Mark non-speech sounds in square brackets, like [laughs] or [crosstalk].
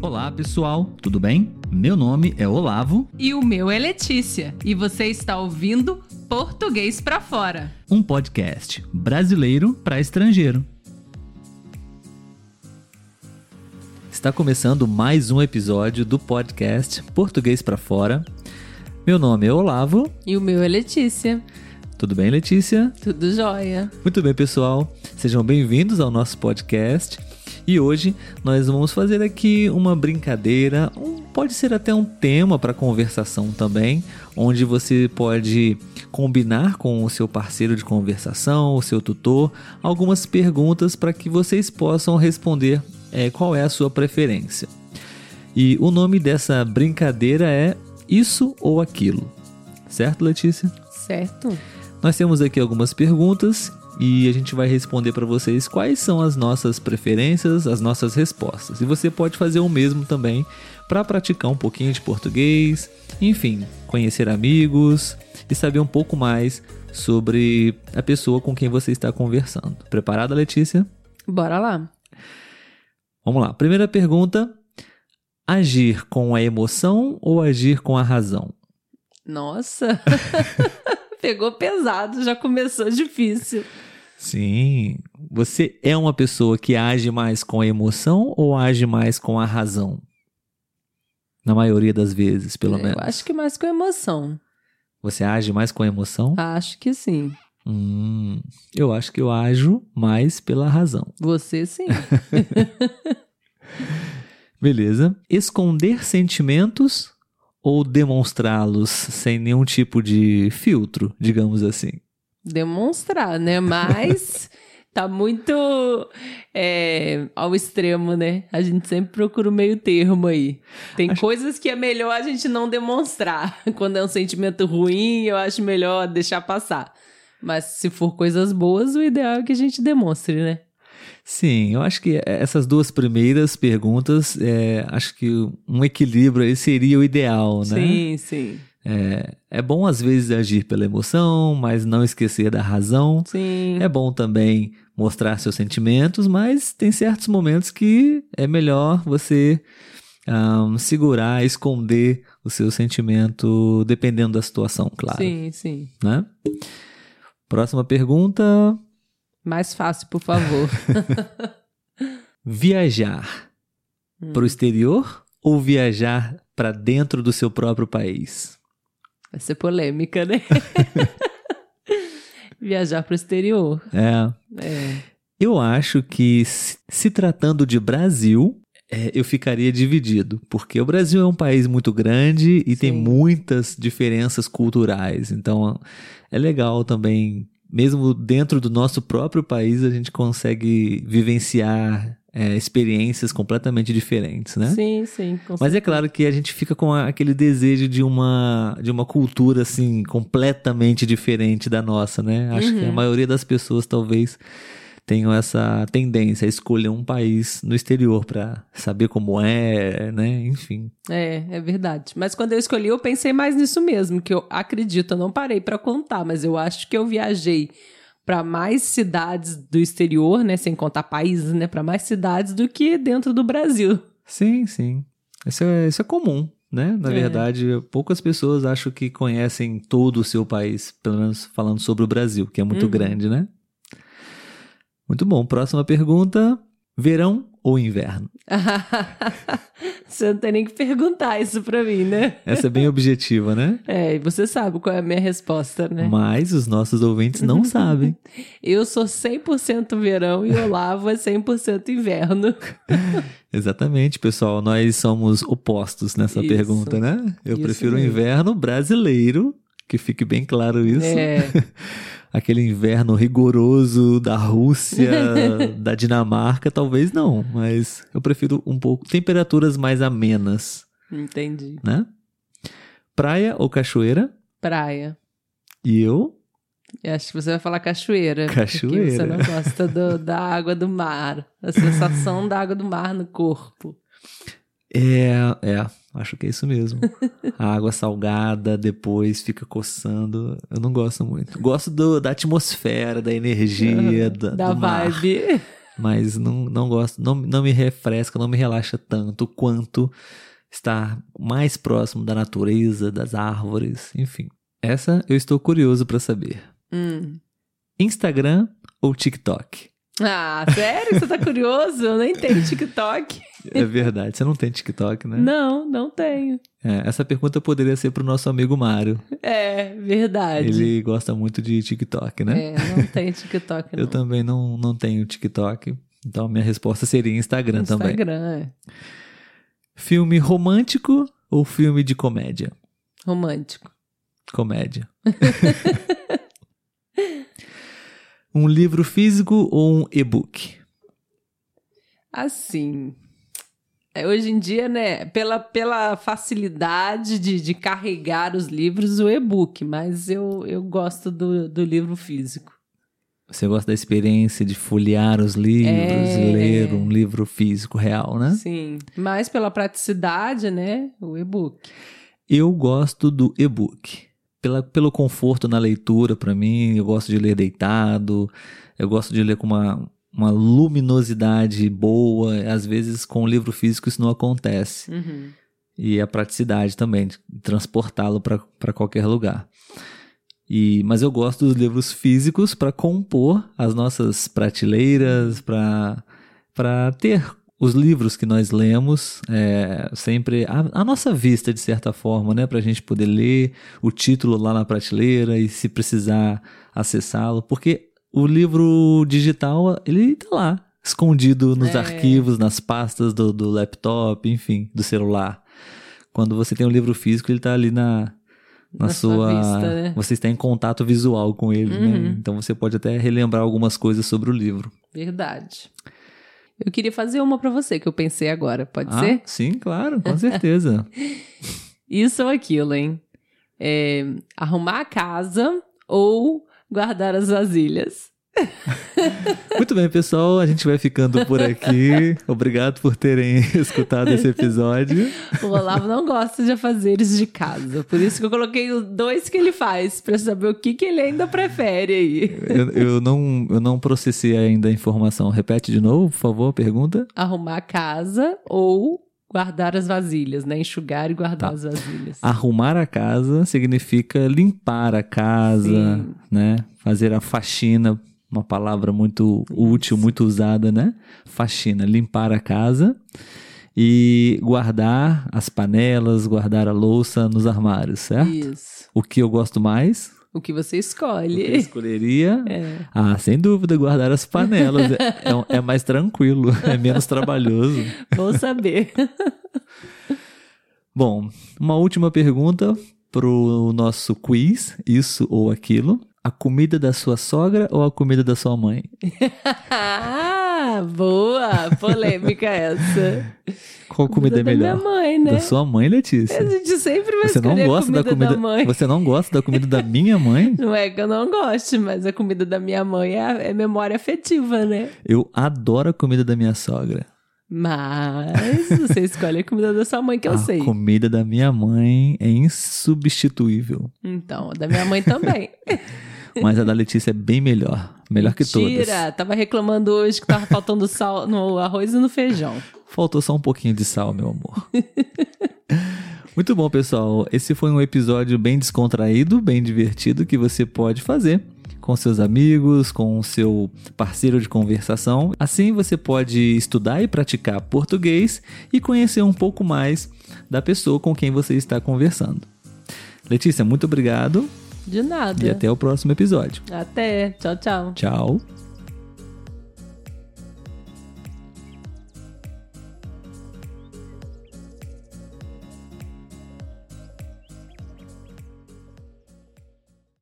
Olá pessoal, tudo bem? Meu nome é Olavo, E o meu é Letícia, e você está ouvindo Português pra Fora. um podcast brasileiro para estrangeiro. Está começando mais um episódio do podcast Português para Fora. Meu nome é Olavo, E o meu é Letícia. tudo bem, Letícia? Tudo jóia. Muito bem, pessoal. Sejam bem-vindos ao nosso podcast. E hoje nós vamos fazer aqui uma brincadeira, um- pode ser até um tema para conversação também, onde você pode combinar com o seu parceiro de conversação, o seu tutor, algumas perguntas para que vocês possam responder eh, qual é a sua preferência. E o nome dessa brincadeira é Isso ou Aquilo. Certo, Letícia? Certo. Nós temos aqui algumas perguntas e a gente vai responder para vocês quais são as nossas preferências, as nossas respostas. E você pode fazer o mesmo também para praticar um pouquinho de português, enfim, conhecer amigos e saber um pouco mais sobre a pessoa com quem você está conversando. Preparada, Letícia? Bora lá. Vamos lá. Primeira pergunta: agir com a emoção ou agir com a razão? Nossa. [laughs] Pegou pesado, já começou difícil. Sim. Você é uma pessoa que age mais com a emoção ou age mais com a razão? Na maioria das vezes, pelo É, Eu menos. acho que mais com emoção. Você age mais com a emoção? Acho que sim. Hum, eu acho que eu ajo mais pela razão. Você sim. Beleza. Esconder sentimentos ou demonstrá-los sem nenhum tipo de filtro, digamos assim? Demonstrar, [laughs] né? Mas tá muito é, ao extremo, né? A gente sempre procura o meio termo aí. Tem coisas que é melhor a gente não demonstrar. [laughs] Quando é um sentimento ruim, eu acho melhor deixar passar. Mas se for coisas boas, o ideal é que a gente demonstre, né? Sim, eu acho que essas duas primeiras perguntas, é, acho que um equilíbrio aí seria o ideal, né? Sim, sim. É, é bom às vezes agir pela emoção, mas não esquecer da razão. Sim. É bom também mostrar seus sentimentos, mas tem certos momentos que é melhor você ahn, segurar, esconder o seu sentimento, dependendo da situação, claro. Sim, sim. né? Próxima pergunta: Mais fácil, por [laughs] favor. viajar Hum. para o exterior ou viajar para dentro do seu próprio país? Vai ser [laughs] polêmica, né? [laughs] Viajar pro exterior. É, É. Eu acho que se se tratando de Brasil, é, eu ficaria dividido, porque o Brasil é um país muito grande e tem Sim. muitas diferenças culturais. Então é legal também, mesmo dentro do nosso próprio país, a gente consegue vivenciar é, experiências completamente diferentes, né? Sim, sim. com Mas é claro que a gente fica com a- aquele desejo de uma, de uma cultura assim completamente diferente da nossa, né? Acho que a Uhum. maioria das pessoas talvez tenham essa tendência a escolher um país no exterior pra saber como é, né? Enfim. É, é verdade. Mas quando eu escolhi, eu pensei mais nisso mesmo, que eu acredito, eu não parei pra contar, mas eu acho que eu viajei pra mais cidades do exterior, né, sem contar países, né, Pra mais cidades do que dentro do Brasil. [laughs] Sim, sim. Isso é, isso é comum, né? Na É. verdade, poucas pessoas acho que conhecem todo o seu país, pelo menos falando sobre o Brasil, que é muito Uhum. grande, né? Muito bom. Próxima pergunta: verão ou inverno? Você não tem nem que perguntar isso pra mim, né? Essa é bem objetiva, né? É, e você sabe qual é a minha resposta, né? Mas os nossos ouvintes [laughs] não sabem. Eu sou 100% verão e o Olavo é 100% inverno. Exatamente, pessoal. Nós somos opostos nessa Isso. pergunta, né? Eu Isso prefiro o mesmo. inverno brasileiro, que fique bem claro isso. É, [laughs] Aquele inverno rigoroso da Rússia, [laughs] da Dinamarca, talvez não, mas eu prefiro um pouco temperaturas mais amenas, entendi. né? Praia ou cachoeira? Praia. E eu Eu acho que você vai [laughs] falar cachoeira. É, porque Cachoeira. Você não gosta do- da água do mar. A sensação da água do mar no corpo. É, é, acho que é isso [laughs] mesmo. A água salgada depois fica coçando. Eu não gosto muito. Gosto do- da atmosfera, da energia, da, da do mar. vibe. Mas não, não gosto, não, não me refresca, não me relaxa tanto quanto estar mais próximo da natureza, das árvores, enfim. Essa eu estou curioso para saber. Hum. Instagram ou TikTok? Ah, sério? Você tá curioso? Eu nem tenho TikTok. É verdade, você não tem TikTok, né? Não, não tenho. É, essa pergunta poderia ser pro nosso amigo Mário. É, verdade. Ele gosta muito de TikTok, né? É, não tenho TikTok, não. [laughs] Eu também não, não tenho TikTok, então minha resposta seria Instagram, também. Instagram, é. Filme romântico ou filme de comédia? Romântico. [laughs] Comédia. um livro físico ou um e-book? Assim. é, Hoje em dia, né, pela, pela facilidade de, de carregar os livros, o e-book, mas eu, eu gosto do, do livro físico. Você gosta da experiência de folhear os livros, É. ler um livro físico real, né? Sim. Mas pela praticidade, né, o e-book. Eu gosto do e-book. Pela, pelo conforto na leitura, pra mim, eu gosto de ler deitado, eu gosto de ler com uma, uma luminosidade boa. Às vezes, com o livro físico, isso não acontece. Uhum. E a praticidade também, de transportá-lo para qualquer lugar. E, mas eu gosto dos livros físicos para compor as nossas prateleiras, para ter os livros que nós lemos é, sempre à, à nossa vista, de certa forma, né? Para a gente poder ler o título lá na prateleira e se precisar acessá-lo. Porque o livro digital, ele tá lá, escondido nos É. arquivos, nas pastas do, do laptop, enfim, do celular. Quando você tem um livro físico, ele tá ali na, na, Na sua, sua vista, né? você está em contato visual com ele, né? Uhum. Então você pode até relembrar algumas coisas sobre o livro. Verdade. Eu queria fazer uma pra você que eu pensei agora, pode Ah, ser? Sim, claro, com [laughs] certeza. Isso ou aquilo, hein? É, arrumar a casa ou guardar as vasilhas. Muito bem, pessoal, a gente vai ficando por aqui. Obrigado por terem [laughs] escutado esse episódio. O Olavo não gosta de afazeres de casa, por isso que eu coloquei os dois que ele faz pra saber o que, que ele ainda prefere aí. Eu, eu não, eu não processei ainda a informação. Repete de novo, por favor, a pergunta. Arrumar a casa ou guardar as vasilhas, né? Enxugar e guardar Tá. as vasilhas. Arrumar a casa significa limpar a casa, Sim. né? Fazer a faxina, uma palavra muito útil, muito usada, né? Faxina, limpar a casa e guardar as panelas, guardar a louça nos armários, certo? Isso. O que eu gosto mais? O que O que você eu escolhe. escolheria? É. Ah, sem dúvida, guardar as panelas. [laughs] É- é- é mais tranquilo, é menos trabalhoso. [laughs] Vou saber. Bom, uma última pergunta pro nosso quiz, isso ou aquilo. A comida da sua sogra ou a comida da sua mãe? Ah, boa! Polêmica essa. Qual [laughs] comida é melhor? Da minha mãe, né? Da sua mãe, A Letícia. gente sempre vai Você não escolher gosta a comida da comida. mãe. Você não gosta da comida da minha mãe? Não é que eu não goste, mas a comida da minha mãe é, é memória afetiva, né? Eu adoro a comida da minha sogra. Mas você escolhe a comida da sua mãe, que eu a sei. comida da minha mãe é insubstituível. Então, a da minha [laughs] mãe também. Mas a da Letícia é bem melhor. Melhor que todas. Tira, tava reclamando hoje que tava faltando sal no arroz e no feijão. Faltou só um pouquinho de sal, meu amor. [laughs] Muito bom, pessoal. Esse foi um episódio bem descontraído, bem divertido que você pode fazer com seus amigos, com o seu parceiro de conversação. Assim você pode estudar e praticar português e conhecer um pouco mais da pessoa com quem você está conversando. Letícia, muito obrigado De nada. É. e até o próximo episódio. até. Tchau, tchau. Tchau.